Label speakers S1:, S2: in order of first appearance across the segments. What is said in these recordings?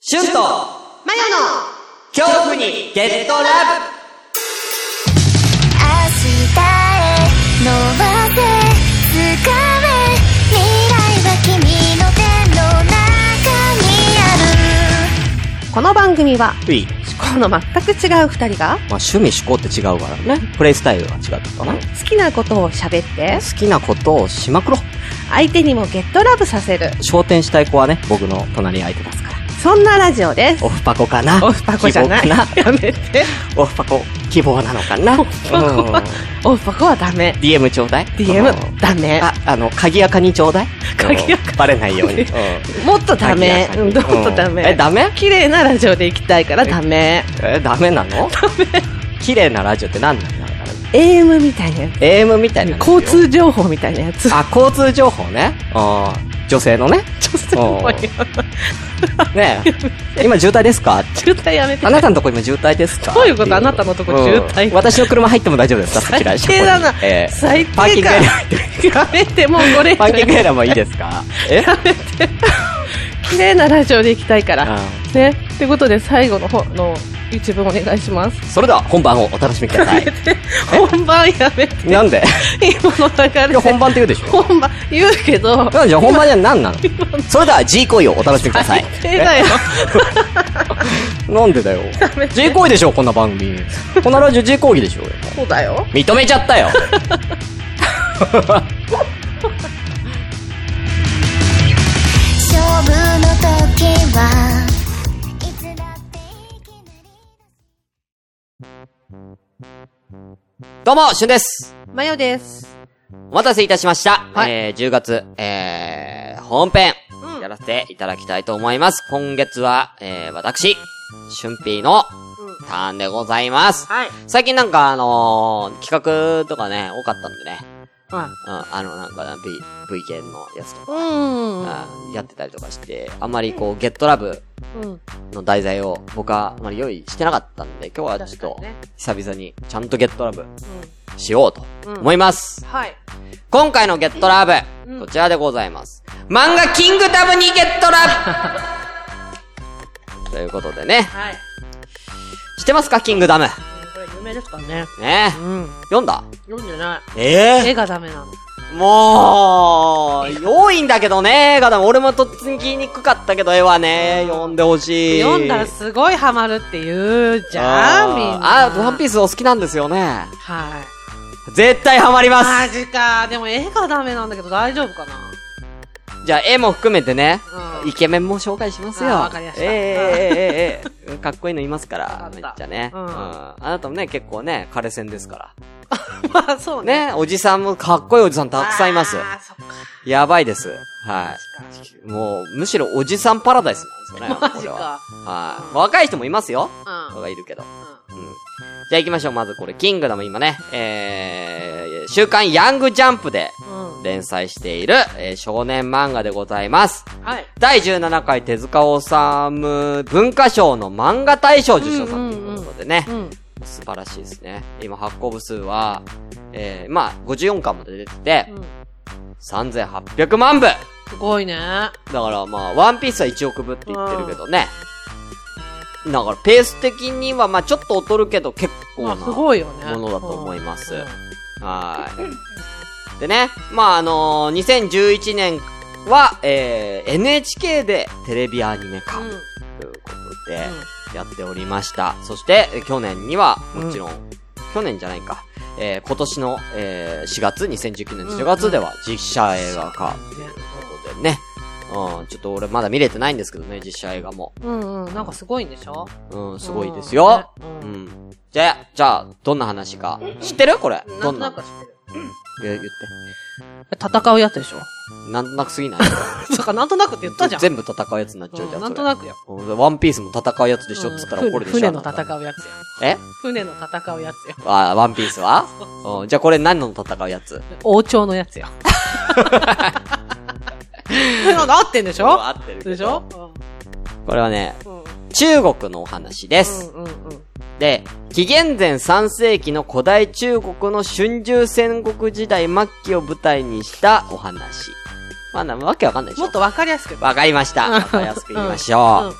S1: シュンと
S2: マヨの
S1: 恐怖にゲットラブ
S3: 明日へ伸ばせ掴め未来は君の手の中にある
S2: この番組はい
S1: い。
S2: この全く違う二人が
S1: まあ、趣味嗜好って違うからね。プレイスタイルが違ったかな。好
S2: 好きなことを喋って
S1: きなことをしまくろ。
S2: 相手にもゲットラブさせる
S1: 焦点したい子はね、僕の隣に相手ですから。
S2: そんなラジオです
S1: オフパコかな
S2: オフパコじゃない
S1: 希望かな
S2: やめて
S1: オフパコ、希望なのかなオフ
S2: パコはオフパコはダメ
S1: DM ちょうだい
S2: DM ダメ
S1: あ、あの、鍵垢にちょうだい
S2: 鍵垢
S1: うんバレないように。うん
S2: もっとダメ
S1: 鍵垢
S2: う
S1: に
S2: んもっとダメ
S1: うんえ、ダメ
S2: 綺麗なラジオで行きたいからダメ
S1: え、ダメなのダメ。綺麗なラジオって何なんだろう
S2: AM みたいなやつ
S1: AM みたいなラジオ。
S2: 交通情報みたいなやつ
S1: あ、交通情報ね。あー女性の ね。
S2: 女性もや
S1: ねえ今渋滞ですか
S2: 渋滞やめて
S1: あなたのとこ今渋滞ですか
S2: どういうことあなたのとこ渋滞
S1: うん私の車入っても大丈夫ですかそちら
S2: 最低だな
S1: 車庫にえー
S2: 最低か
S1: パーキングエリア入 って
S2: やめてもうこれ以上
S1: パーキングエリアもいいですか え
S2: 綺麗なラジオで行きたいから
S1: う
S2: ねってことで最後の方の一文お願いします
S1: んそれでは本番をお楽しみくださ い。
S2: 本番やめて
S1: なんで
S2: 今の
S1: い
S2: 流
S1: や
S2: れ
S1: 本番って言うでしょ
S2: 本番言うけど
S1: なんじゃ本番じゃ何 なのそれでは G 行為をお楽しみください。
S2: 手だよ
S1: えなんでだ よ。G 行為でしょこんな番組。こんなラジオ G 行為でしょ
S2: そうだよ
S1: 認めちゃったよ。
S3: 勝負の時はいつだっていきなり
S1: どうも、しゅんです。
S2: マヨです
S1: お待たせいたしました。
S2: はい
S1: えー、10月、えー、本編、
S2: うん
S1: やらせていただきたいと思います。今月は、えー、私、春ーの
S2: う
S1: ターンでございます。
S2: はい
S1: 最近なんかあのー、企画とかね、多かったんでね。
S2: は
S1: うん、あのなんか V、V 系のやつと
S2: い
S1: か、
S2: うん
S1: うん、やってたりとかして、あんまりこう、ゲットラブ
S2: うん
S1: の題材を僕はあんまり用意してなかったんで、今日はちょっ
S2: 確
S1: と
S2: かにね、
S1: 久々にちゃんとゲットラブしようと思います。
S2: はい
S1: 今回のゲットラブ、
S2: うん
S1: こちらでございます。漫画キングダムにゲットラブ ということでね。
S2: はい
S1: 知ってますかキングダム。
S2: これ有名ですからね
S1: ね
S2: うん
S1: 読んだ
S2: 読んでな
S1: え
S2: 絵がダメなの
S1: えもう、多いんだけどね、ガダム。俺もとっつきにくかったけど、絵はね、読んでほしい。
S2: 読んだらすごいハマるって言うじゃんみんな
S1: あー、あワンピースお好きなんですよね。
S2: はい
S1: 絶対ハマりま
S2: マ
S1: す。
S2: ジかでも絵がダメなんだけど大丈 夫かな
S1: じゃあ、絵も含めてね、
S2: うん
S1: イケメンも紹介しますよ。
S2: あーわかりました
S1: ええええええかっこいいのいますから、めっ
S2: わかった
S1: ちゃね。う。
S2: うんん
S1: あなたもね、結構ね、枯れ線ですか
S2: まあそう
S1: ら。
S2: ね。
S1: ね、おじさんもかっこいいおじさんたくさんいます。
S2: あーそっか。
S1: やばいです。はい。もう、むしろおじさんパラダイスなんですよね。
S2: マジ
S1: これは。
S2: か。
S1: はい。若い人もいますよ。
S2: うん
S1: 人
S2: うん。
S1: がいるけど。うん。じゃあ行きましょう。まずこれ、キングダム今ね、えー、週刊ヤングジャンプで
S2: うん。
S1: 連載している、えー少年漫画でございます。
S2: はい。
S1: 第17回手塚治虫文化賞の漫画大賞受賞作品ということでね、
S2: うん。
S1: 素晴らしいですね。今発行部数は、えー、まあ、54巻まで出てて、
S2: うん
S1: 3800万部だ
S2: すごいね。
S1: からまあ、ワンピースは1億部って言ってるけどね。だから、ペース的には、まあ、ちょっと劣るけど、結構
S2: ま
S1: な。
S2: あすごいよね。
S1: ものだと思います
S2: うん
S1: はーい。でね、まあ、あのー2011年は、えー、NHK でテレビアニメ化
S2: うん。
S1: ということで、やっておりました。そして、えー去年には、もちろん、去年じゃないか。えー今年の、えー4月、2019年の4月では実写映画化ということでね。うん、ちょっと俺まだ見れてないんですけどね、実写映画も。
S2: うん。うんうん。なんかすごいんでしょ
S1: うん、すごいですよ。う
S2: う
S1: んん。じゃあ、じゃあ、どんな話か。知ってるこれ。
S2: な
S1: ど
S2: ん
S1: ん
S2: と
S1: な
S2: な。く知ってる。
S1: え言って。
S2: 戦うやつでしょ
S1: なんとなくすぎない
S2: そっか、なんとなくって言ったじゃん。
S1: 全部戦うやつになっちゃうじ
S2: う
S1: ゃ
S2: ん
S1: ん。
S2: なんと
S1: く。
S2: なくよ。
S1: ワンピースも戦うやつでしょっつったら怒るでしょ。
S2: 船の
S1: あなた
S2: 戦うやつよ。
S1: え
S2: 船の戦うやつよ。
S1: あ、ワンピースはうんじゃあこれ何の戦うやつ
S2: 王朝のやつよ。なんか合ってんでし ょ
S1: 合ってるけど
S2: でしょ
S1: これはね、
S2: うん。うん
S1: 中国のお話です。
S2: うんうんうん。
S1: で、紀元前3世紀の古代中国の春秋戦国時代末期を舞台にしたお話。まあな、わけわかんないでしょ
S2: もっとわかりやすく。
S1: わかりました。わかりやすく言いましょう。
S2: うん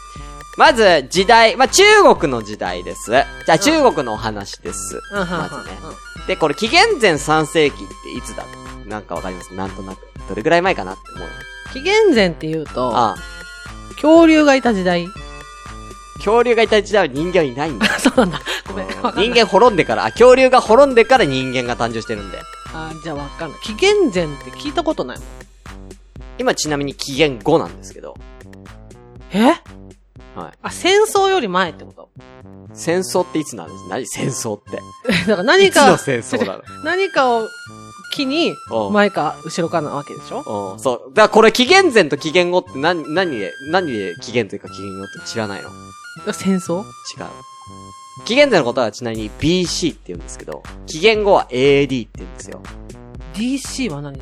S1: まず、時代、まあ、中国の時代です。じゃあ、中国のお話です。
S2: うんうん
S1: まずね。
S2: うん
S1: で、これ、紀元前3世紀っていつだなんかわかりますなんとなく。どれぐらい前かなって思う。
S2: 紀元前って言うと、
S1: ああ
S2: 恐竜がいた時代。
S1: 恐竜がいた時代は人間はいないんだ。
S2: そうなんだ。ごめん。わかんない
S1: 人間滅んでから、あ、 恐竜が滅んでから人間が誕生してるんで。
S2: あじゃあわかんない。紀元前って聞いたことないもん。
S1: 今ちなみに紀元後なんですけど。
S2: え
S1: はい。
S2: あ、戦争より前ってこと
S1: 戦争っていつなんです何戦争って。
S2: だから何
S1: いつの
S2: か、
S1: 戦争 だろ
S2: 何かを機に
S1: お、う
S2: 前か後ろかなわけでしょ
S1: う。うん、そう。だからこれ紀元前と紀元後って何、何で、何で紀元というか紀元後って知らないの違う。
S2: 戦争
S1: 紀元前のことはちなみに BC って言うんですけど、紀元後は AD って言うんですよ。
S2: ?DC は何じ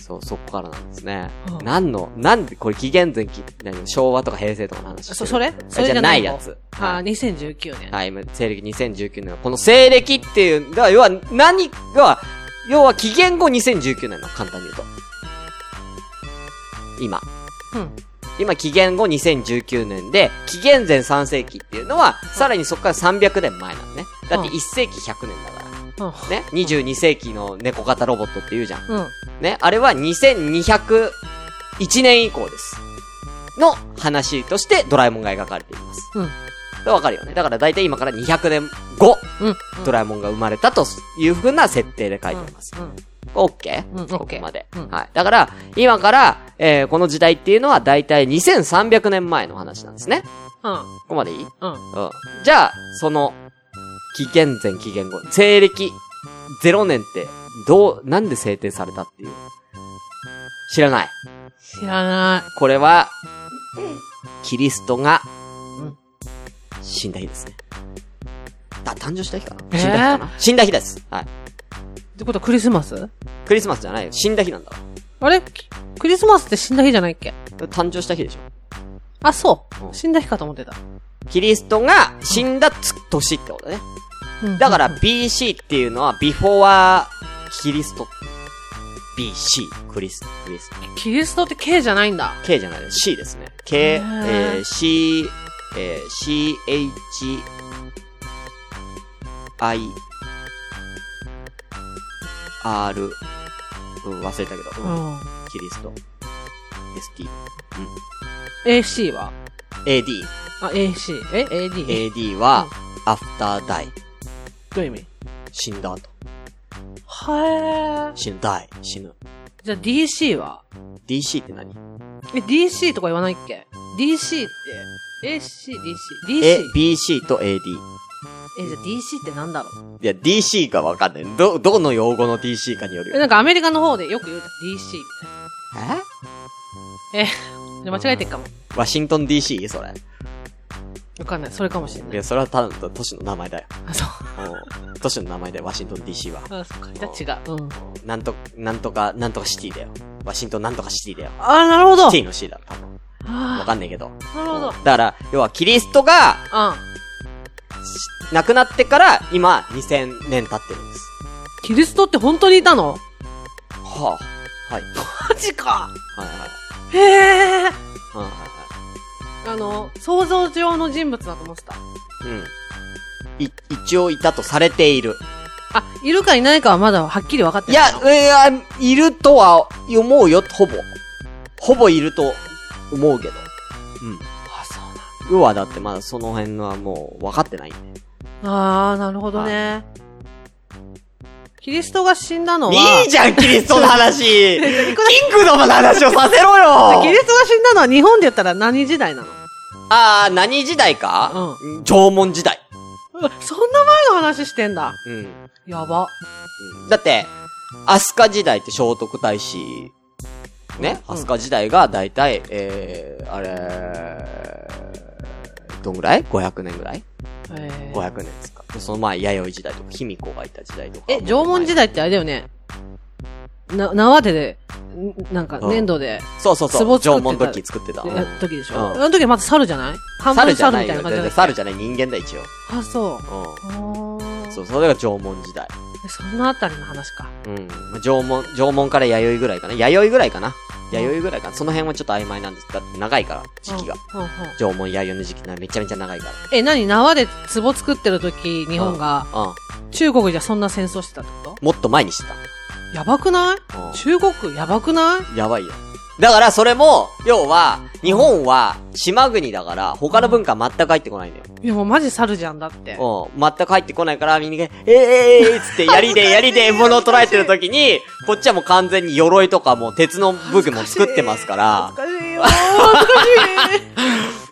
S1: そう、そこからなんですね。
S2: うん
S1: 何の、なんでこれ紀元前き、何昭和とか平成とかの話して
S2: ゃん。
S1: る
S2: そ、それそ
S1: あ
S2: れ
S1: じゃないや
S2: 方
S1: つ。
S2: あー、2019年。
S1: はい、今西暦2019年は、この西暦っていう、だから要は何が、要は紀元後2019年の、簡単に言うと。今。
S2: うん。
S1: 今、紀元後2019年で、紀元前3世紀っていうのは、さらにそこから300年前なのね。だって
S2: うん
S1: 1世紀100年だから。
S2: うん。
S1: ね。22世紀の猫型ロボットって言うじゃん。
S2: うん。
S1: ね。あれは2201年以降です。の話としてドラえもんが描かれています。
S2: うん
S1: で。わかるよね。だから大体今から200年後、
S2: うん。
S1: ドラえもんが生まれたというふうな設定で書いてます。
S2: うん。
S1: オッケ
S2: うん
S1: ー
S2: オッケー
S1: ここまで、
S2: うん
S1: はい。だから、今から、えー、この時代っていうのは大体2300年前の話なんですね。
S2: うん。
S1: ここまでいいうん。
S2: うん。
S1: じゃあ、その、紀元前、紀元後、西暦0年って、どう、なんで制定されたっていう。知らない。
S2: 知らな
S1: これは、キリストが
S2: ん、
S1: 死んだ日ですね。だ、誕生した日かな、
S2: えー
S1: 死んだ日かな死んだ日です。はい。
S2: い。ってことはクリスマス
S1: クリスマスじゃないよ。死んだ日なんだわ
S2: あれきクリスマスって死んだ日じゃないっけ
S1: 誕生した日でしょ。
S2: あ、そう
S1: う。ん
S2: 死んだ日かと思ってた。
S1: キリストが死んだつ年ってことね。
S2: うん
S1: だから、BC っていうのは、ビフォア、キリスト。BC、クリスト、クリスト。
S2: キリストって K じゃないんだ。
S1: K じゃないです。C ですね。K、えー、C、えー、C、H、I、R、うん、忘れたけ
S2: う
S1: ど、うん、
S2: ん。
S1: キリスト。ST。
S2: AC は
S1: AD。
S2: あ、AC。え ?AD?
S1: AD は、アフターダイ。
S2: どういう意味
S1: 死んだ後。
S2: はえ。
S1: 死ぬ、ダイ。死ぬ。
S2: じゃあ DC は
S1: DC って何
S2: え、DC とか言わないっけ ?DC って、AC、DC、DC。
S1: え、BC と AD。
S2: え、じゃあ DC ってなんだろう
S1: いや、DC かわかんない。ど、どの用語の DC かによる
S2: え、
S1: よ。
S2: なんかアメリカの方でよく言うじゃん。DC み
S1: え
S2: たいな。え、じゃあ間違えてっかも。
S1: ワシントン DC? それ。
S2: わかんない。それかもしれないい。
S1: や、それはただの都市の名前だよ。
S2: あ、そう。
S1: うん都市の名前でワシントン DC は。
S2: あ、そっか。じゃあ違う。うん。
S1: なんと、なんとか、なんとかシティだよ。ワシントンなんとかシティだよ。
S2: あ、なるほど。
S1: シティの C だ、多分。わ
S2: あ
S1: かんないけど。
S2: ー、なるほ
S1: だ
S2: ど。
S1: から、要はキリストが
S2: あ、
S1: 亡くなってから、今、2000年経ってるんです。
S2: キリストって本当にいたの
S1: はあ。はい。
S2: マジか。
S1: はいはいはい。
S2: へ
S1: うん
S2: え。
S1: はい
S2: あの、想像上の人物だと思ってた。
S1: はい。うん。い、一応いたとされている。
S2: あ、いるかいないかはまだはっきり分かって
S1: い
S2: な
S1: や
S2: いの。、
S1: えー、あいるとは思うよ、ほぼ。ほぼいると思うけど。うん。
S2: あ、そう
S1: 要はだってまだその辺はもう分かってないんで。
S2: なん。あー、なるほどね。キリストが死んだのは、
S1: いいじゃん、キリストの話 キングダムの話をさせろ
S2: キリ
S1: よ
S2: ストが死んだのは日本で言ったら何時代なの
S1: あー、何時代か、縄文時代。
S2: うわそんな前の話してんだ。
S1: うん。
S2: やば。
S1: だって、飛鳥時代って聖徳太子、ね、
S2: うん
S1: 飛鳥時代が大体、えー、あれー、どんぐらい ?500 年ぐらい
S2: えー
S1: ?500 年ですか。でその前、弥生時代とか、卑弥呼がいた時代とか。
S2: え、縄文時代ってあれだよね。な、縄手で、んなんか
S1: うん
S2: 粘土で、
S1: そうそうそ
S2: 壺
S1: う。
S2: 作っ
S1: 縄文
S2: てた
S1: 土器作ってた。
S2: やった時でし
S1: うん
S2: ょ。あの時まだ猿じゃない半分
S1: 猿じゃ
S2: 猿
S1: な
S2: み
S1: い
S2: たいな
S1: よ。
S2: 感じ
S1: 全
S2: だっ
S1: 然
S2: け
S1: 猿じゃない人間だ、一応。
S2: あ、そう。
S1: うん。
S2: あー
S1: そう、それが縄文時代。
S2: そんなあたりの話か。
S1: うん。まあ縄文、縄文から弥生ぐらいかな。弥生ぐらいかな。弥生ぐらいかな。その辺はちょっと曖昧なんです。だって長いから、時期が。
S2: うんうん
S1: 縄文弥生の時期なめちゃめちゃ長いか
S2: え、何縄で壺作ってる時、日本が、
S1: ら。うん。
S2: 中国じゃそんな戦争してたってこと
S1: もっと前にして
S2: やばくない
S1: た。うん。
S2: 中国やばくない
S1: やばいよ。だからそれも、要は、日本は島国だから、他の文化全く入ってこないんだよ。
S2: いやもうマジ猿じゃんだって。
S1: うん。全く入ってこないから、みんなが、えー、えー、えー、つって、槍で、槍で獲物を捉えてる時に、こっちはもう完全に鎧とかもう鉄の武具も作ってますから、
S2: 恥ずかしいよー恥ずかし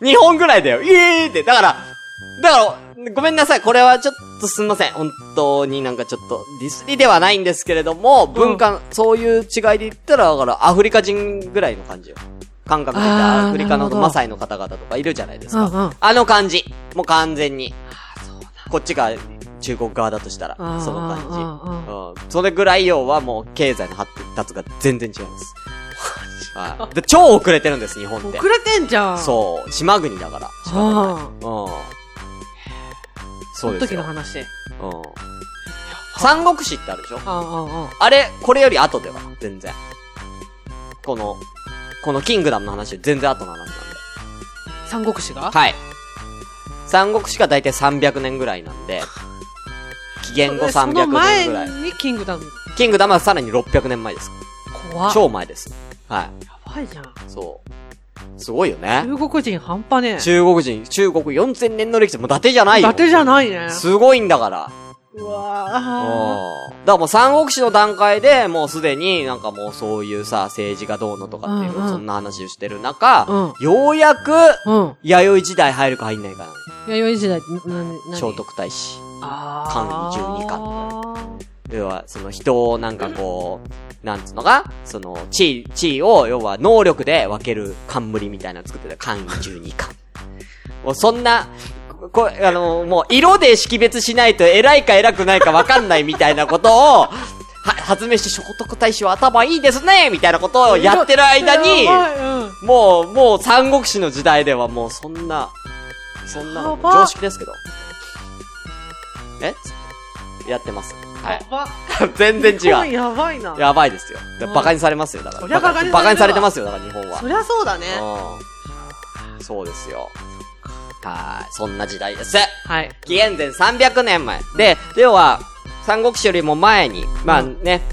S2: い
S1: 日本ぐらいだよ、イエーイって、だから、だから、ごめんなさい、これはちょっとすんません。本当になんかちょっと、ディスりではないんですけれども、文化、そういう違いで言ったら、だからアフリカ人ぐらいの感じよ。感覚で言った
S2: あー
S1: らアフリカ
S2: な
S1: の
S2: るほど
S1: マサイの方々とかいるじゃないです
S2: う
S1: か。
S2: んうん。
S1: あの感じ。もう完全に。こっちが中国側だとしたら、 その感じ。
S2: 感
S1: うん。それぐらい要はもう経済の発達が全然違います。はい。で、超遅れてるんです、日本って
S2: 遅。れてんじゃん。う。
S1: そう。島国だから。島
S2: あ
S1: 国。うん。
S2: あ。
S1: そ
S2: そうの
S1: です
S2: 時
S1: よ
S2: の。話。
S1: うん。三国志ってあるでしょ
S2: ああ、あ
S1: あれ、これより後では、全然。この、このキングダムの話より全然後の話なんで。
S2: あ。三国志が
S1: はい。三国志が大体300年ぐらいなん で、紀元後
S2: でそ
S1: 300
S2: の
S1: 年
S2: 前
S1: ぐらい。
S2: にキングダム。
S1: キングダムはさらに600年前です。
S2: 怖っ。
S1: 超前です。は
S2: やばいじゃん。
S1: い。そう。すごいよね。
S2: 中国人半端ねえ。
S1: 中国人、中国4000年の歴史、もう伊達じゃないよ。
S2: 伊達じゃないね。
S1: すごいんだから。
S2: うわ
S1: うん
S2: あ。
S1: だからもう三国志の段階でもうすでになんかもうそういうさ、政治がどうのとかっていう、
S2: うんうん
S1: そんな話をしてる中、
S2: うん
S1: ようやく、
S2: うん。
S1: 弥生時代入るか入んないか
S2: 弥生時代、な、
S1: な。
S2: な、
S1: 聖徳太子。
S2: あー
S1: 漢12巻要は、その人をなんかこう、なんつうのか、その、地位、地位を、要は能力で分ける冠みたいなの作ってた。簡易12巻。もうそんな、こあの、もう色で識別しないと偉いか偉くないか分かんないみたいなことを、は、発明して聖徳太子は頭いいですねみたいなことをやってる間に、
S2: やばいうん
S1: もう、もう三国志の時代ではもうそんな、そんなの
S2: やば
S1: 常識ですけど。えやってます。はい。
S2: やばっ
S1: 全然
S2: 日本
S1: 違う。
S2: やばいな。
S1: やばいですよ。だからバカにされますよ、だか
S2: そり
S1: ら。
S2: ゃ
S1: バ
S2: バ
S1: カ
S2: カ
S1: に
S2: に
S1: バカにさ
S2: さ
S1: れ
S2: れ
S1: て
S2: る
S1: ま
S2: わ
S1: すよ、だから日本は
S2: そ。りゃそうだね。
S1: うんそうですよ。はい。そんな時代です。
S2: はい。
S1: 紀元前300年前。で、要は、三国志よりも前に、まあ
S2: う
S1: ね、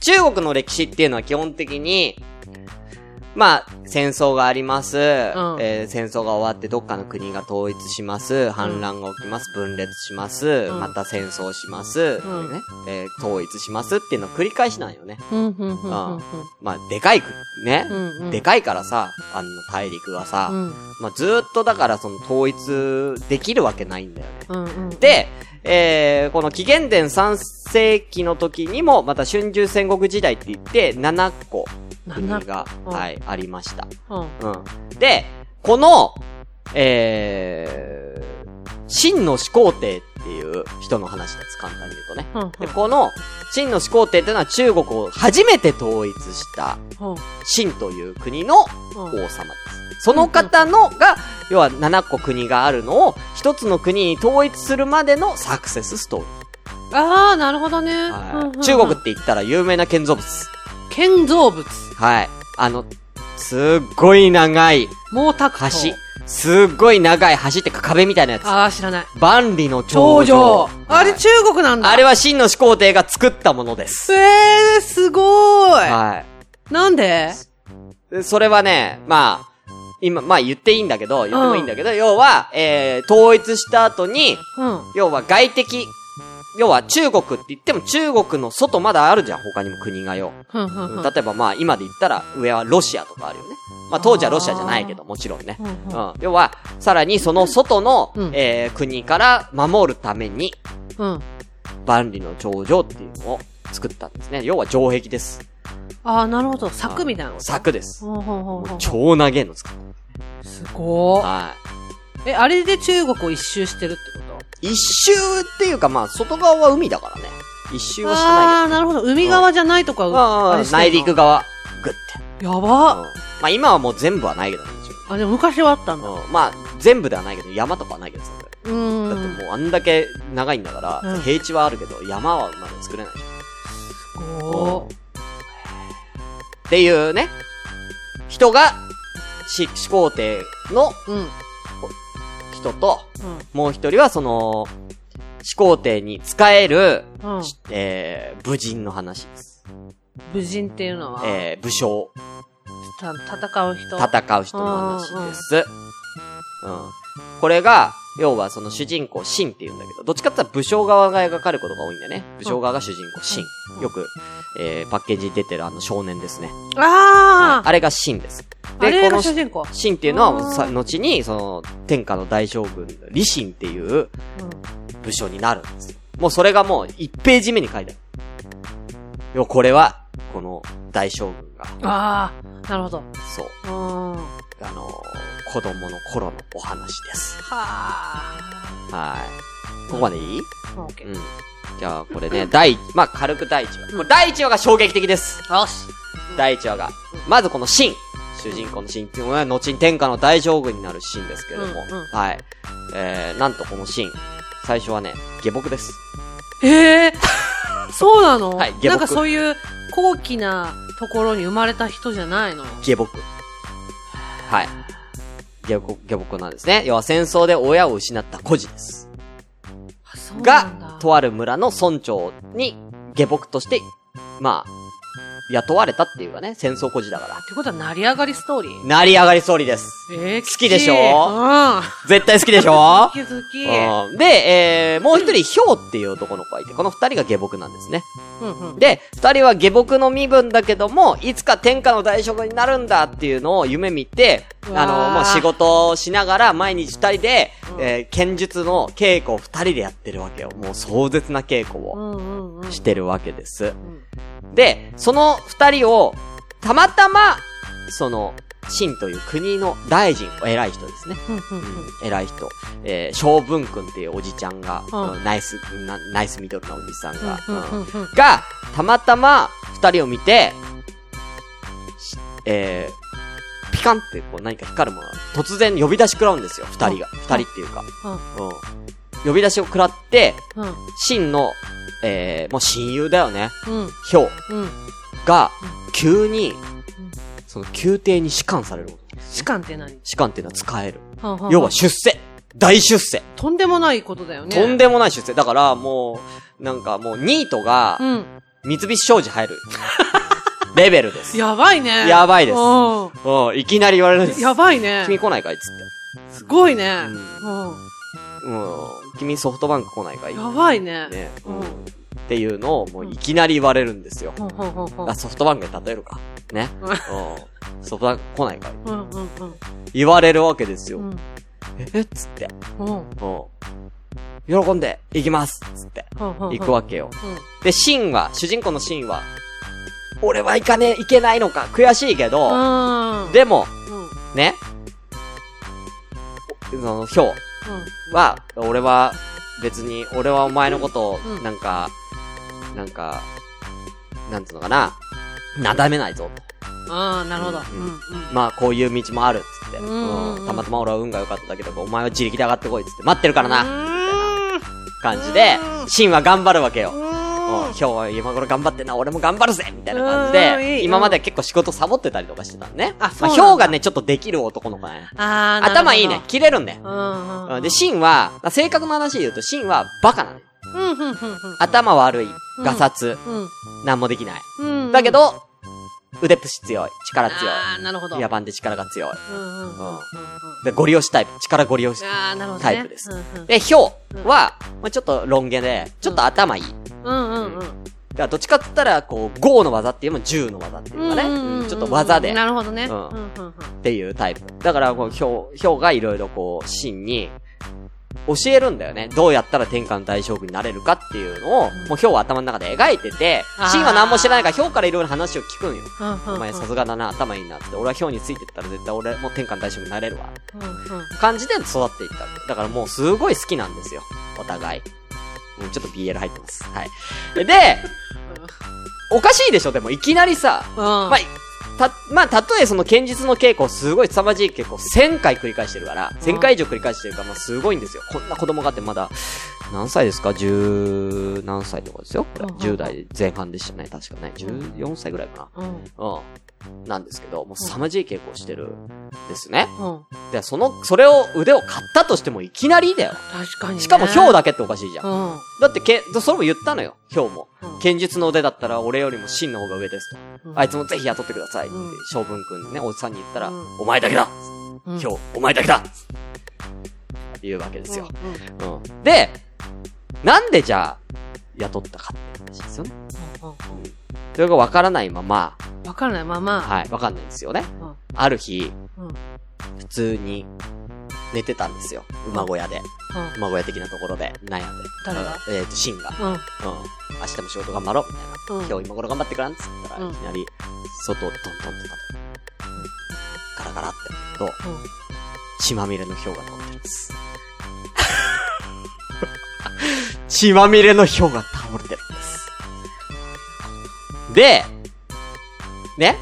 S1: 中国の歴史っていうのは基本的に、まあ、戦争があります、えー戦争が終わってどっかの国が統一します。反乱が起きます。分裂します。
S2: ん
S1: また戦争します、
S2: うん
S1: ねえー統一しますっていうのを繰り返しなんよね。
S2: うん、うん、うん、
S1: あまあ、でかい国、ね、
S2: うんうん
S1: でかいからさ、あの大陸がさ、
S2: うん、
S1: まあずーっとだからその統一できるわけないんだよね。
S2: うん、うん。
S1: で、えー、この紀元前3世紀の時にも、また春秋戦国時代って言って、7個国が、
S2: うん
S1: はい、ありました。
S2: うん、
S1: うん。で、この、えー、秦の始皇帝っていう人の話です、簡単に言うとね。
S2: うん、うん
S1: で、この、秦の始皇帝っていうのは中国を初めて統一した
S2: うん、
S1: 秦という国の王
S2: うん。
S1: 様です。その方のが、要は7個国があるのを、一つの国に統一するまでのサクセスストーリ
S2: あー、なるほどね。
S1: ー。
S2: うん
S1: は
S2: うんう
S1: い
S2: ん
S1: 中国っ。て言ったら有名な建造物。
S2: 建造物。
S1: はい。あの、すっごい長い
S2: 毛沢
S1: 橋
S2: 東。。
S1: すっごい長い橋ってか壁みたいなやつ。
S2: あー、知らない。
S1: 万里の長
S2: 頂
S1: 城
S2: 上。。
S1: はい
S2: あれ中国なんだ。
S1: あれは秦の始皇帝が作ったものです。
S2: えー、すごー
S1: はい。
S2: い。なんで
S1: でそれはね、まあ、今、まあ言っていいんだけど、言ってもいいんだけど、要は、えー、統一した後に、
S2: うん。
S1: 要は外敵、要は中国って言っても中国の外まだあるじゃん、他にも国がよ。
S2: ふんふんふん。
S1: 例えばまあ今で言ったら上はロシアとかあるよね。まあ当時はロシアじゃないけど、もちろんね。
S2: うん
S1: う
S2: うん
S1: ん。要は、さらにその外の、
S2: うん
S1: えー国から守るために、
S2: うん。
S1: 万里の長城っていうのを作ったんですね。要は城壁です。
S2: あー、なるほど。柵みたいなこと。
S1: 柵です。
S2: ほうほうほう
S1: も
S2: ほ
S1: う
S2: う。
S1: 超長えの作っ
S2: すご
S1: た。
S2: ー。
S1: はい。
S2: え、あれで中国を一周してるってこと
S1: 一周っていうか、まあ、外側は海だからね。一周はしてない
S2: あー、なるほど。海側じゃないとか、
S1: けど。
S2: あ
S1: う
S2: れ
S1: ん
S2: してんの
S1: 内陸。側、グッて。
S2: やば
S1: うんまあ、今はもう全部はないけどね、もち
S2: あ、でも昔はあったんだ。
S1: ろんうんまあ、全部ではないけど、山とかはないけどさ。
S2: う
S1: だって
S2: ーん。
S1: もうあんだけ長いんだから、
S2: うん
S1: 平地はあるけど、山はまだ作れないじゃん。
S2: すご
S1: っていうね。人が、し、始皇帝の
S2: うん。
S1: 人と、
S2: うん。
S1: もう一人はその、始皇帝に仕える、
S2: うん。
S1: えー、武人の話です。
S2: 武人っていうのは、
S1: えー、武将、
S2: た戦う人。
S1: 戦う人の話です。うん。これが、要はその主人公、シンって言うんだけど、どっちかって言ったら武将側が描かれることが多いんだよね。武将側が主人公、シ
S2: うん
S1: ン。よく、えー、パッケージに出てるあの少年ですね。
S2: ああ、
S1: あれがシンです。
S2: あれ
S1: こ
S2: が
S1: の
S2: 主人公。
S1: シンっていうのは、さ
S2: あー
S1: 後に、その、天下の大将軍、李信っていう武将になるんですよ。もうそれがもう1ページ目に書いてある。要はこれは、この大将軍が、
S2: ああ、なるほど。
S1: そう、
S2: うん。は
S1: あのー子供の頃のお話です。
S2: あ。
S1: はい。ここまでいい
S2: オッケ
S1: う
S2: ー。
S1: ん。じゃあ、これね、第、まあ、軽く第1話。もう第1話が衝撃的です。
S2: よし。
S1: 第1話が。まずこのシン。主人公のシンっていうのは、後に天下の大将軍になるシンですけれども。
S2: うんうん
S1: はい。えー、なんとこのシン。最初はね、下僕です。
S2: ええ そうなの
S1: はい下僕
S2: なんかそういう高貴なところに生まれた人じゃないの
S1: 下僕。はい。下僕、下僕なんですね。要は戦争で親を失った孤児です。
S2: あそうなんだ
S1: が、とある村の村長に下僕として、まあ、雇われたっていうかね、戦争孤児だから。
S2: ってことは成り上がりストーリー
S1: 成り上がりストーリーです。
S2: ええ
S1: 好きでしょ
S2: うん。好
S1: 絶対好きでしょ
S2: き好き。
S1: うんで、えー、もう一人、ヒョウっていう男の子がいて、この二人が下僕なんですね。
S2: うんうん。
S1: で、二人は下僕の身分だけども、いつか天下の大将軍になるんだっていうのを夢見て、
S2: うわー
S1: あの、もう仕事をしながら毎日二人で、
S2: うん
S1: えー剣術の稽古を二人でやってるわけよ。もう壮絶な稽古
S2: う
S1: を
S2: んうんうん。
S1: してるわけです。
S2: うん
S1: で、その二人を、たまたま、その、秦という国の大臣、偉い人ですね。
S2: うんうんうん。
S1: 偉い人。えー、将軍君っていうおじちゃんが、
S2: うん
S1: うんナイスな、ナイスミドルのおじさんが、
S2: うんうん
S1: うん
S2: うんうん
S1: が、たまたま二人を見て、しえー、ピカンってこう何か光るものが突然呼び出し食らうんですよ、二人が。二人っていうか。うん。呼び出しを食らって、
S2: うん
S1: 秦の、えー、もう親友だよね。
S2: うん
S1: ヒョウ。
S2: うん。
S1: が、急に、その宮廷に仕官される。
S2: 士官って何
S1: 仕官っていうのは使える。
S2: はあはあ
S1: 要は出世。大出世。
S2: とんでもないことだよね。
S1: とんでもない出世。だからもう、なんかもうニートが
S2: う、ん。
S1: 三菱商事入る。レベルです。
S2: やばいね。
S1: やばいです
S2: う
S1: うん、いきなり言われるんです。
S2: んやばいね。
S1: 君来ないかいっつっ
S2: すごいね。
S1: う
S2: うん。
S1: て。うん。君ソフトバンク来ないかい
S2: やばいね。
S1: ね。
S2: う
S1: うんん。っていうのをもういきなり言われるんですよ。
S2: ほんほんほんほん
S1: あ、。ソフトバンクで例えるか。ね。
S2: うん
S1: うん。ソフトバンク来ないかい
S2: うんうんうん。
S1: 言われるわけですよ
S2: う。ん
S1: えっつって。
S2: うん。
S1: うん。喜んで、行きますっつって、行
S2: 行
S1: くわけよ。
S2: うん。
S1: で、シンは、主人公のシンは、俺は行かねえ、行けないのか、悔しいけど、
S2: うん。
S1: でも、
S2: うん、うん。
S1: ね、その、ヒョウは、俺は、別に、俺はお前のことを
S2: うん、
S1: なんか、なんか、なんつうのかな、なだめないぞ、と。
S2: ああ、なるほど。
S1: う
S2: うんん。うん。
S1: まあ、こういう道もある、つって。
S2: うん
S1: うんたまたま俺は運が良かっただけど、お前は自力で上がってこい、つって。待ってるからな、
S2: な。
S1: 感じで、シンは頑張るわけよ。
S2: う
S1: うん
S2: ん。
S1: 今日は今頃頑張ってんな、俺も頑張るぜみたいな感じ
S2: うんいい
S1: で、
S2: うん
S1: 今まで結構仕事サボってたりとかしてたのね。
S2: あ
S1: ま
S2: そ
S1: あ、
S2: うなん
S1: ヒ
S2: だ
S1: ョウがね、ちょっとできる男の子ね。
S2: ああ、
S1: 頭いいね。。切れるんだよ
S2: う。んうん。
S1: うんで、シンは、まあ性格の話で言うと、シンはバカなのよ。
S2: うんうんうんうん。
S1: 頭悪い、ガサツ、
S2: うん。
S1: なんもできない。
S2: うん。
S1: だけ、ど、腕っぷし強い、力強
S2: ああ、なるほど。
S1: い。野蛮で力が強い。
S2: うんうんうんうんうん。
S1: で、ゴリ押しタイプ、力ゴリ押し。
S2: ああ、なるほどね。
S1: タイプです
S2: うんうん
S1: で、ヒョウは、まあ、ちょっとロン毛で、ちょっと頭いい。
S2: うんうんうん。
S1: だからどっちかって言ったら、こう、豪の技っていうよりも銃の技っていうかね、
S2: うんうんうん
S1: うんちょっと技で
S2: なるほどね。
S1: う
S2: うんんうんうん。
S1: っていうタイプ。だから、こう、ヒョウ、ヒョウがいろいろこう、シンに、教えるんだよね。どうやったら天下の大将軍になれるかっていうのを、もうヒョウは頭の中で描いてて
S2: あ、ー
S1: シンは何も知らないからヒョウからいろいろ話を聞くんよ。
S2: うんうんうん。
S1: お前さすがだな、頭いいなって。俺はヒョウについてったら絶対俺も天下の大将軍になれるわ。
S2: うんうん。
S1: 感じで育っていったわけ。だからもうすごい好きなんですよ。お互い。うん、ちょっと BL 入ってます。はい。で、おかしいでしょでもいきなりさ、
S2: ま
S1: まあ、た、まあ、たとえその剣術の稽古をすごい凄まじい稽古を1000回繰り返してるから、1000回以上繰り返してるから、まあ、すごいんですよ。こんな子供がってまだ、何歳ですか十何歳とかですよ。これ
S2: うんうん
S1: 10代前半でしたね。確かね。14歳ぐらいか
S2: うん。うん。
S1: な。うん。なんですけど、もう凄まじい傾向してるんですね。
S2: 確
S1: で、その、それを、腕を買ったとしてもいきなりだよ。
S2: かに、ね。
S1: しかも、ヒョウだけっておかしいじゃん。
S2: うん。うん。
S1: だって、け、それも言ったのよ、ヒョウも。
S2: うん
S1: 剣術の腕だったら、俺よりも真の方が上ですと。あいつもぜひ雇ってくださいって
S2: うん、
S1: 将軍くんね、おじさんに言ったら
S2: うん、
S1: お前だけだ
S2: うん、
S1: 今日、お前だけだっていうわけで
S2: です
S1: よ。。うん。で、なんでじゃあ、雇ったかって話ですよね。
S2: うん。うん。うん
S1: それがわからないまま、
S2: わからないまま、
S1: はい、わかんないんですよね
S2: うん。
S1: ある日、
S2: うん。
S1: 普通に、寝てたんですよ。馬小屋で。
S2: う
S1: 馬小屋的なところで、なんやで。
S2: 誰が
S1: えっと、シンが。
S2: ん。うん。
S1: うん。明日も仕事頑張ろう、みたいな。
S2: うん。
S1: 今日今頃頑張ってくらんっつったら、
S2: うん
S1: いきなり、外をトントンってたガラガラって、と、
S2: うん
S1: 血まみれの氷が倒れてます。 血まみれの氷が倒れてるんです。で、ね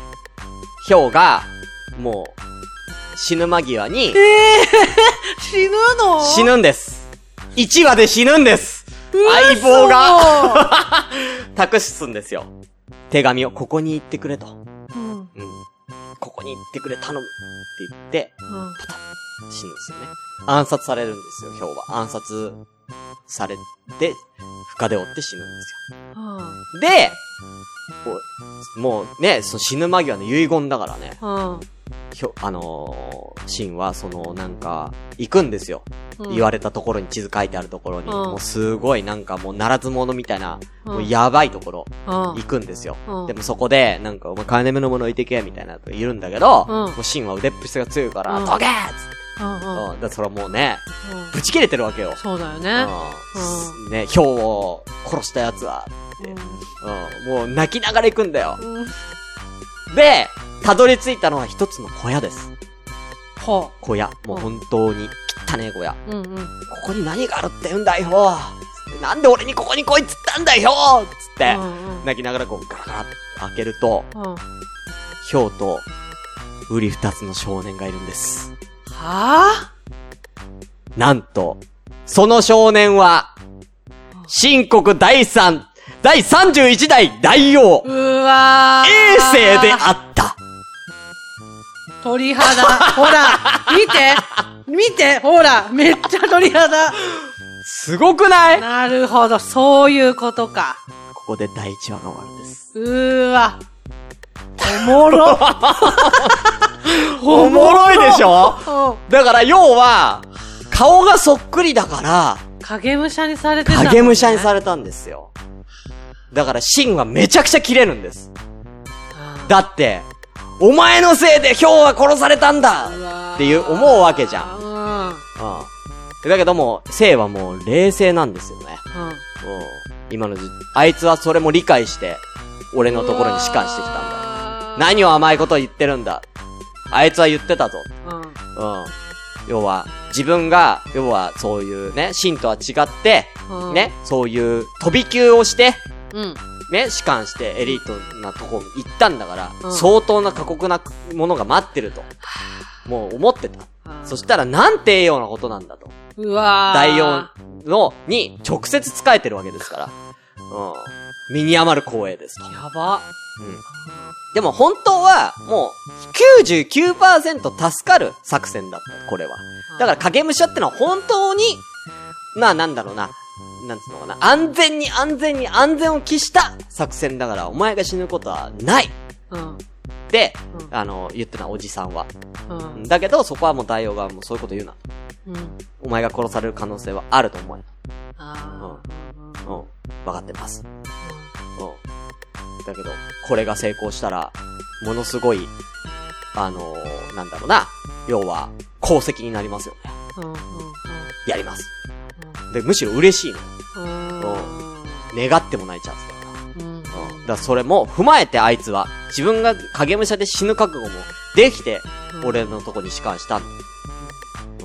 S1: 氷が、もう、死ぬ間際に、
S2: 死ぬの
S1: 死。ぬんです。1話で死ぬんです相棒が、
S2: が。
S1: 託すんですよ。手紙をここに行ってくれと。
S2: うん。うん。
S1: うん。ここに行ってくれ、頼むって言って、死ぬんですよね。暗殺されるんですよ、ヒョウは。暗殺されて、深手を負って死ぬんです
S2: うん。
S1: よ。で、おもうね、その死ぬ間際の遺言だからね、
S2: うん。
S1: ひょ、あのー、シンは、その、なんか、行くんですよ。
S2: うん
S1: 言われたところに、地図書いてあるところに、
S2: うん
S1: もうすごいなんかもう、ならず者みたいな、
S2: うん
S1: もうやばいところ、
S2: うん。
S1: 行くんですよ。
S2: うん
S1: でもそこで、なんか、お前金目のもの置いてけ、みたいなやつがいるんだけど、
S2: うん
S1: もうシンは腕っぷしが強いから、
S2: うん
S1: どけーっつって、
S2: うん
S1: う
S2: うん
S1: ん、だからそれはもうね、
S2: うん
S1: ぶち切れてるわけよ。
S2: そうだよ
S1: う
S2: ね。
S1: ん。ね、ヒョウを殺したやつは、うん、もう泣きながら行くんだよ。
S2: うん。うん
S1: で、たどり着いたのは一つの小屋です。
S2: ほ
S1: 小屋。もう本当に、汚ねえ小屋。
S2: う。うんう
S1: こ
S2: ん。
S1: こに何があるって言うんだよつってなんで俺にここに来いっつったんだよつって、
S2: うん
S1: 泣きながらこうガラガラって開けると、
S2: うん。うん。は
S1: ヒョウと、ウリ二つの少年がいるんです。
S2: あ
S1: なんと、その少年は、新国第三、第31代大王、
S2: うわー。
S1: 衛星であった。
S2: 鳥肌。ほら、見て見てほら、めっちゃ鳥肌。
S1: すごくないこ
S2: なるほど、そういうことか。
S1: こで第1話が終わるんです。
S2: うーわ。おもろ。
S1: おもろいでしょ
S2: ょ
S1: だから要は、顔がそっくりだから、
S2: 影武者にされてた、
S1: 影武者にされたんですよ。だから、シンはめちゃくちゃ切れるんです。
S2: れ
S1: だって、お前のせいでヒョウは殺されたんだっていう思うわけじゃん。
S2: ん。うん。
S1: うん。だけども、生はもう冷静なんですよね。うん。今のじ、あいつはそれも理解して、俺のところに仕官してきたんだ。
S2: ん
S1: 何を甘いことを言ってるんだ。あいつは言ってたぞ。
S2: うん。うん。
S1: うん。要は、自分が、要は、そういうね、真とは違って、
S2: うん
S1: ね、そういう飛び級をして、
S2: うん。
S1: ね、士官してエリートなとこ行ったんだから、
S2: うん
S1: 相当な過酷なものが待ってると、もう思ってた。そ
S2: て、
S1: したら、なんて栄養なことなんだと。
S2: うわー
S1: 第4の、に直接仕えてるわけですから。うん。身に余る光栄ですと。
S2: やば。
S1: うん。でも本当は、もう、99%助かる作戦だった、これは。だから影武者ってのは本当に、まあなんだろうな。なんつうのかな。安全に安全に安全を期した作戦だから、お前が死ぬことはないっ
S2: ら、うん。
S1: て、
S2: うん
S1: あの、言ってたおじさんは。
S2: うん。
S1: だけど、そこはもう大王がもうそういうこと言うな。
S2: うん。
S1: お前が殺される可能性はあると思うよ。
S2: あ
S1: うん。わかってます。うん。だけど、これが成功したら、ものすごい、あのーなんだろうな。要は、功績になりますよね。
S2: ーうん。うん。
S1: やります。で、むしろ嬉しいの。
S2: うん。
S1: 願ってもないチャンスだから。
S2: うん。
S1: うん。だからそれも踏まえてあいつは、自分が影武者で死ぬ覚悟もできて、
S2: うん
S1: 俺のとこに仕官したんだ。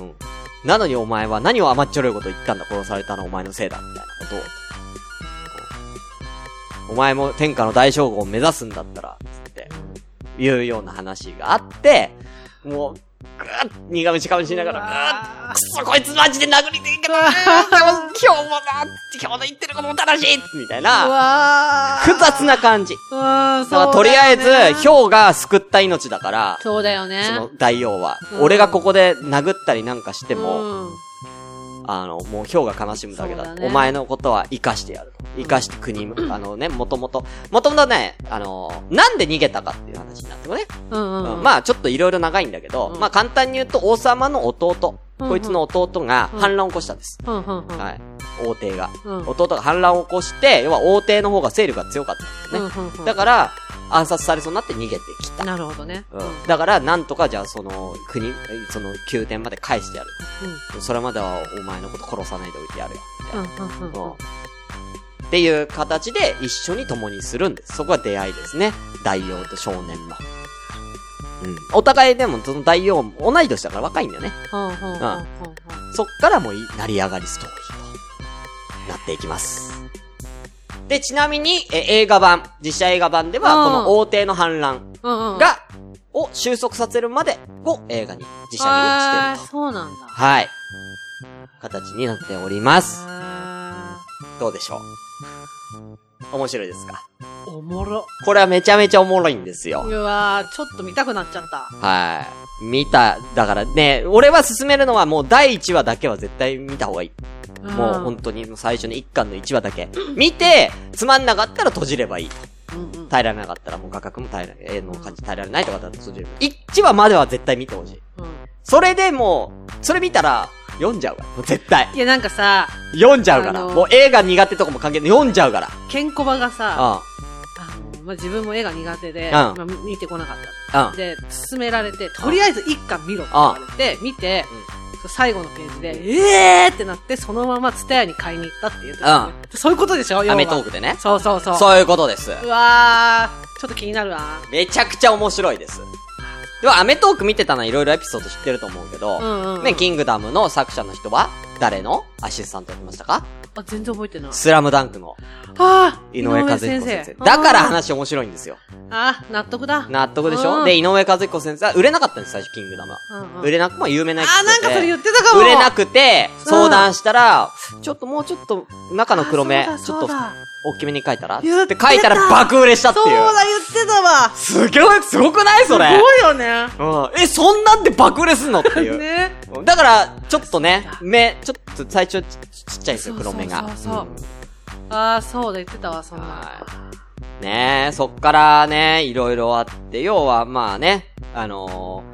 S1: うん。なのにお前は何を甘っちょろいこと言ったんだ、殺されたのはお前のせいだ、みたいなことを。お前も天下の大将軍を目指すんだったら、つって、いうような話があって、もう、ぐーっ苦虫かみしながら、ぐーっ
S2: あ
S1: くそ、こいつマジで殴りていけど、うーでも今日もな、今日の言ってることも正しいみたい
S2: ーう
S1: な、
S2: わー
S1: 複雑な感じ。
S2: うー
S1: だか
S2: ん、そ
S1: ら
S2: う。
S1: とりあえず、ヒ。ョウが救った命だから、
S2: そうだよね。
S1: その大王は。
S2: うん
S1: 俺がここで殴ったりなんかしても、
S2: うん
S1: あの、もうヒョウが悲しむだけだ。
S2: そうだね
S1: お前のことは生かしてやる。生かして国、あのね、もともと、もともとね、あの、なんで逃げたかっていう話になってもね。
S2: うんうんうん。
S1: まあちょっといろいろ長いんだけど、
S2: うん
S1: まあ簡単に言うと王様の弟、
S2: うんうん
S1: こいつの弟が
S2: うん
S1: 反乱を起こしたんです。
S2: うんうんうん。
S1: はい。王帝が。
S2: うん
S1: 弟が反乱を起こして、要は王帝の方が勢力が強かったんだ
S2: う
S1: よ
S2: ん
S1: ね。
S2: うんうん
S1: だから、暗殺されそうになって逃げてきた。
S2: なるほどね。
S1: うんだから、なんとかじゃあその国、えその宮殿まで返してやる。それまではお前のこと殺さないでおいてやるよ。みた
S2: う
S1: い
S2: ん
S1: な。
S2: うんうんう
S1: うんんっていう形で一緒に共にするんです。そこが出会いですね。大王と少年の。うん。お互いでもその大王も同い年だから若いんだよね。
S2: うんうんうんうんうん
S1: そっからもうい成り上がりストーリーとなっていきます。で、ちなみに、え映画版、実写映画版では、
S2: う
S1: こ
S2: ん
S1: の王帝の反乱
S2: うんうん。
S1: が、を収束させるまでを映画に、実写にして
S2: あー
S1: ると。
S2: そうなんだ。
S1: はい。形になっております。
S2: あ
S1: どうでしょう面白いですか
S2: ーおもろ。
S1: これはめちゃめちゃおもろいんですよ
S2: う。わー、ちょっと見たくなっちゃった。
S1: はい。見た、だからね、俺は勧めるのはもう第1話だけは絶対見た方がいい。もう本当に最初の1巻の1話だけ。見て、つまんなかったら閉じればいいと。
S2: うんうん。
S1: 耐えられなかったらもう画角も耐えられ、絵の感じ耐えられないとかだったら閉じればいい。1話までは絶対見てほしい。
S2: うん
S1: それでもう、それ見たら、読んじゃうから。もう絶対。
S2: いや、なんかさ、
S1: 読んじゃうから。
S2: あのー
S1: もう映画苦手とかも関係ない。読んじゃうから。
S2: ケンコバがさ、
S1: う
S2: あの、まあ、自分も絵が苦手で、
S1: ん
S2: まあ、見てこなかった。
S1: ん。うん。
S2: で、勧められて、とりあえず一巻見ろって言われて、見て、最後のページで、えーってなって、そのままツタヤに買いに行ったって言ってた、ねそういうことでしょ要は
S1: アメトークでね。
S2: そうそうそう。
S1: そういうことです。
S2: うわー、ちょっと気になるわ。
S1: めちゃくちゃ面白いです。では、アメトーク見てたのはいろいろエピソード知ってると思うけど、
S2: うんうんうん
S1: ね、キングダムの作者の人は、誰のアシスタントやってましたか
S2: あ、全然覚えてない。
S1: スラムダンクの
S2: あー、
S1: 井上和彦先生。
S2: あー
S1: だから話面白いんですよ。
S2: あー、納得だ。
S1: 納得でしょ、
S2: うん
S1: で、井上和彦先生は売れなかったんです、最初、キングダムは。
S2: うんうん
S1: 売れなくも有名な
S2: あ
S1: エピソー
S2: ー、
S1: ドで
S2: なんかそれ言ってたかも。
S1: 売れなくて、
S2: ん
S1: 相談したら、ちょっともうちょっと、中の黒目、
S2: あー
S1: ち
S2: そ
S1: ょ
S2: う
S1: っ
S2: だ
S1: と
S2: そうだ、
S1: 大きめに書いたらって
S2: 言ってた
S1: 書いたら爆売れしたってい
S2: そう
S1: う。
S2: だ、言ってたわ。
S1: すげえ、すごくないそれ。
S2: すごいよね。
S1: うん。え、そんなんで爆売れすんのっていう。
S2: ね。
S1: だから、ちょっとね、目、ちょっと最初ちちっちゃいんですよ、黒目が。
S2: そうそうそうそうああ、そうだ、言ってたわ、そんな
S1: は。い。ねえ、そっからね、いろいろあって、要はまあね、あの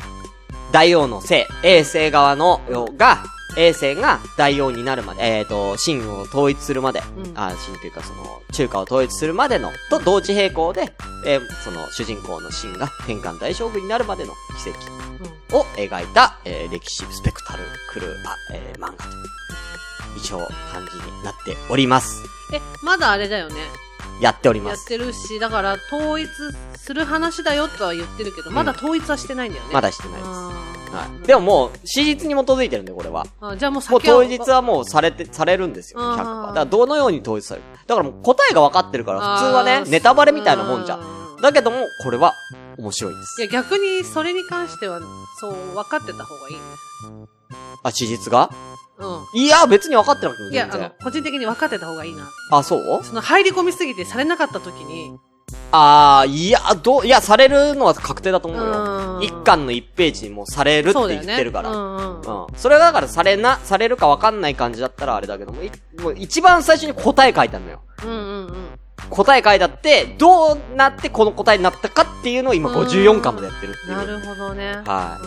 S1: ー大王の姓、衛星側の、よが、衛星が大王になるまで、えっ、と、秦を統一するまで、
S2: うん
S1: あ、秦というかその、中華を統一するまでの、と同時並行で、えーその、主人公の秦が天下の大将軍になるまでの奇跡
S2: うん
S1: を描いた、えー歴史スペクタルクルーパ、えー漫画という、一応感じになっております。
S2: え、まだあれだよね。
S1: やっておりま
S2: やっ
S1: す。
S2: てるし、だから、統一する話だよとは言ってるけど、
S1: ん
S2: まだ統一はしてないんだよね。
S1: ま
S2: だ
S1: だしてないです。はい。で
S2: で
S1: も
S2: も、
S1: もう、史実に基づいてるんで、これは。
S2: あじゃあもう
S1: もう
S2: 先
S1: 当日はもうされて、されるんですよ、
S2: あー
S1: 100%。だからどのように統一されるだからもう答えが分かってるから、普通は
S2: あ
S1: ね、
S2: ー
S1: ネタバレみたいなもんじゃ。
S2: うんん
S1: だけども、これは面白いで
S2: い
S1: す。
S2: や、逆に、それに関しては、そう、分かってた方がいいね。
S1: あ、史実が
S2: う
S1: いや、別に分かってなくても
S2: ん。いや
S1: 全、
S2: あの
S1: 然。、
S2: 個人的に分かってた方がいいな。
S1: あ、そう
S2: その、入り込みすぎてされなかった時に、
S1: あー、いや、どう、いや、されるのは確定だと思う
S2: う
S1: よ。
S2: ん
S1: 一巻の一ページにもうされるって
S2: そうだ
S1: 言
S2: よ
S1: っ
S2: ね。
S1: てるから。
S2: うんうんうん。
S1: うん。それがだからされな、されるかわかんない感じだったらあれだけども、いもう一番最初に答え書いてあるのよ。
S2: うんうんうん。
S1: 答え書いてあって、どうなってこの答えになったかっていうのを今54巻までやってるっていう。
S2: なるほどね。
S1: は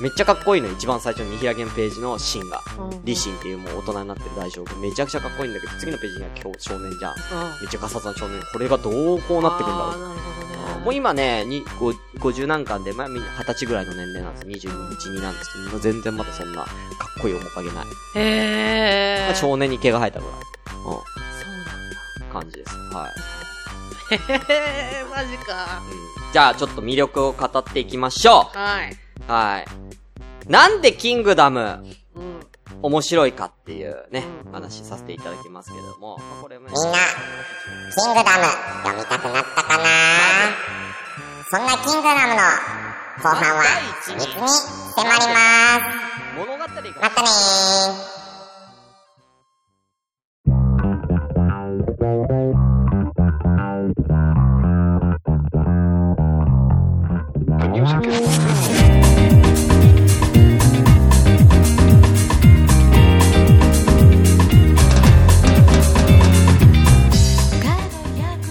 S1: めっちゃかっこいいのよ一番最初の見開きのページのシーンが。李信っていうもう大人になってる大将軍。めちゃくちゃかっこいいんだけど、次のページには今日少年じゃん。
S2: うん。
S1: めっちゃガサツな少年。これがどうこうなってくんだろう
S2: あー。なるほどね。
S1: もう今ね、にご50何巻で、まあみんな20歳ぐらいの年齢なんです。21、2なんですけど、全然まだそんな、かっこいい面影ない。
S2: へ
S1: ま
S2: ー。
S1: あ
S2: そう
S1: 少年に毛が生えたぐらい。
S2: なんだ。
S1: うん、感じです。はい。
S2: へー、マジか。
S1: うんじゃあ、ちょっと魅力を語っていきましょ
S2: はい。
S1: うはい。なんでキングダム
S2: うん。
S1: 面白いかっていうね
S2: う、ん
S1: 話させていただきますけれども、まあこれもね
S4: みんな、キングダム読みたくなったかなそんなキングダムの後半は肉に迫ります。
S1: 物語が
S4: またねー。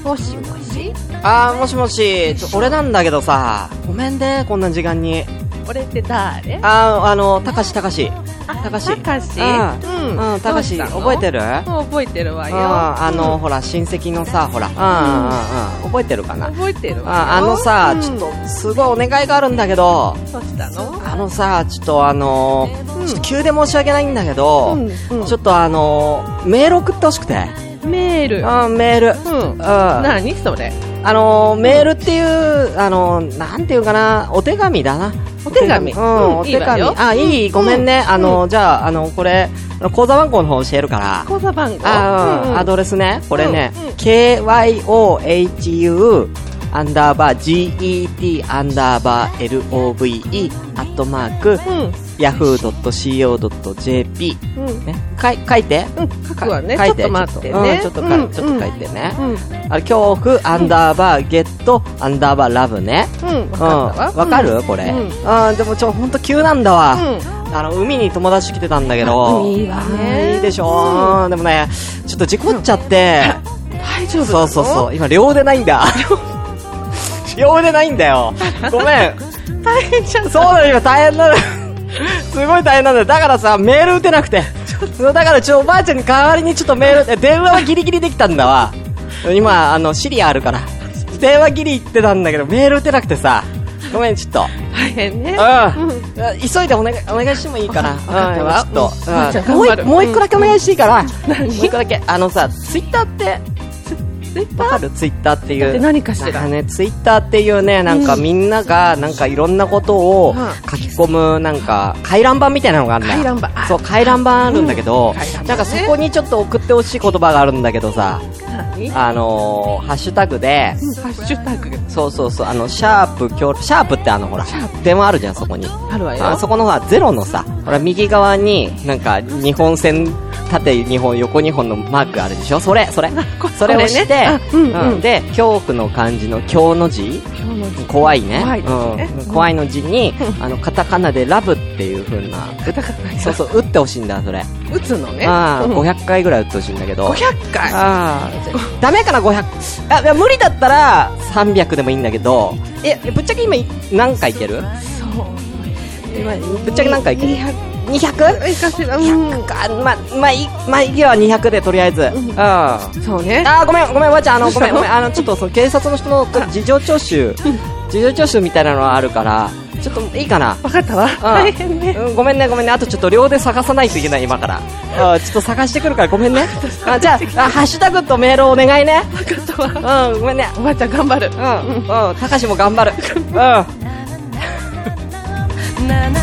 S5: もしもし
S1: あー、もしもし、ちょ、俺なんだけどさ、ごめんね、こんな時間に。
S5: 俺って誰
S1: あー、あの、たかし、たかし。たかし。
S5: たかし
S1: うん、うん、たかし、覚えて
S5: る
S1: るうん、
S5: もう覚えてるわよ。
S1: あの、ほら、親戚のさ、ほら、うん、うん、うん、覚えてるかな。
S5: 覚えてるわよ。
S1: ああのさ、
S5: うん
S1: ちょっと、すごいお願いがあるんだけど、
S5: どうしたの
S1: あのさ、ちょっとあのー、ちょっと急で申し訳ないんだけど、
S5: うん
S1: ちょっとあのー、メール送ってほしくて。
S5: メール。
S1: あメール。
S5: うん。
S1: あ
S5: 何それ
S1: のー、メールっていう、あのー、なんていうかな、お手紙だな。
S5: お手紙
S1: うん、お
S5: いい
S1: 手
S5: わ
S1: 紙。
S5: よ
S1: あ、いいごめんね。あのー、じゃあ、あの、これ、あの口座番号の方教えるから。
S5: 口座番号
S1: あ、
S5: う
S1: うんん、
S5: うん
S1: アドレスね。これね、
S5: うんうん
S1: kyohu アンダーバー get アンダーバー love アットマーク、yahoo.co.jp
S5: うん。うん。
S1: ね、かい書いて、
S5: うん。書くわね。
S1: か
S5: ちょ
S1: 書い
S5: っと待って
S1: うん
S5: ね。
S1: ちょっとか、
S5: うん
S1: ちょっと書いてね。
S5: うん。うん。
S1: あれ、恐怖、アンダーバー、ゲット、アンダーバー、ラブね。
S5: うん。わ
S1: うん。
S5: かったわ。
S1: わかる、これ。
S5: うん
S1: あーでもちょ、ほんと急なんだわ。
S5: うん。
S1: あの、海に友達来てたんだけど。
S5: 海はね
S1: あーいいでしょ、うでもね、ちょっと事故っちゃって。
S5: 大丈夫
S1: そうそうそう。今、両腕ないんだ。両腕ないんだよ。ごめん。
S5: う。大変じゃん。
S1: そうなの、今大変なの。すごい大変なんだよ。だからさ、メール打てなくて。だから、ちょ、おばあちゃんに代わりにちょっとメール、え電話はギリギリできたんだわ。今、あの、シリアあるから。電話ギリ行ってたんだけど、メール打てなくてさ。ごめん、ちょっと。
S5: 大変ね。
S1: うん。急いでお願い、お願いしてもいいかな。うん、
S5: わかったわうん
S1: 今ちょっと。
S5: うん
S1: も
S5: 頑張
S1: う一
S5: る
S1: もう一個だけお願いしていいかな。もう一個だけ。あのさ、ツイッターって、
S5: ツイッタ
S1: わ
S5: ー
S1: かるツイッターってい
S5: って
S1: う。
S5: 何かしら
S1: なんね、ツイッターっていうね、なんかみんなが、なんかいろんなことを
S5: うん
S1: 書き込む、なんか、回覧板みたいなのがあるんだよ。
S5: 回覧板あ
S1: そう、回覧板あるんだけど、
S5: 回覧板ね
S1: なんかそこにちょっと送ってほしい言葉があるんだけどさ、
S5: 何ハ
S1: あのー、ハッシュタグで、
S5: ッシュタグ。
S1: そうそうそう、あの、シャープ、きょシャープってあの、ほら、電話あるじゃん、そこに。
S5: あるわよ。
S1: あそこのさ、ゼロのさ、ほら、右側に、なんか、日本線、縦2本、横2本のマークあるでしょそれ、それ。それをし
S5: こ
S1: て、
S5: れねあうんうん
S1: で、恐怖の漢字の恐の字
S5: 今日の
S1: 怖いね。
S5: 怖いですね
S1: うん、怖いの字に、あの、カタカナでラブっていう風な、
S5: カタカナ
S1: そうそう、打ってほしいんだ、それ。
S5: 打つのね。
S1: ああ、
S5: うん
S1: 500回ぐらい打ってほしいんだけど。
S5: 500回。
S1: ああ、ダメかな、500。あ、いや、無理だったら、300でもいいんだけど、え、ぶっちゃけ今、何回いける
S5: そう。
S1: ぶっちゃけ何回いける 200?
S5: いいかしら。うん
S1: 100か、ま、まあ、いい、まあ、いいよ、200で、とりあえず。うん。あ
S5: そうね。
S1: ー、ごめん、ごめん、わちゃん、あの、
S5: ど
S1: ご
S5: うした
S1: めん、
S5: の
S1: ごめん、あの、ちょっと、その、警察の人の事情聴取、事情聴取みたいなのあるから、ちょっと、いいかな。
S5: わかったわ。大変ね。
S1: うん、ごめんね、ごめんね。あとちょっと両で探さないといけない、今から。あーちょっと探してくるから、ごめ んね。あじゃああ、ハッシュタグとメールをお願いね。うん、ごめんね。
S5: おばあちゃん頑張る。
S1: うん、うん、たかしも頑張る。うん。
S3: なな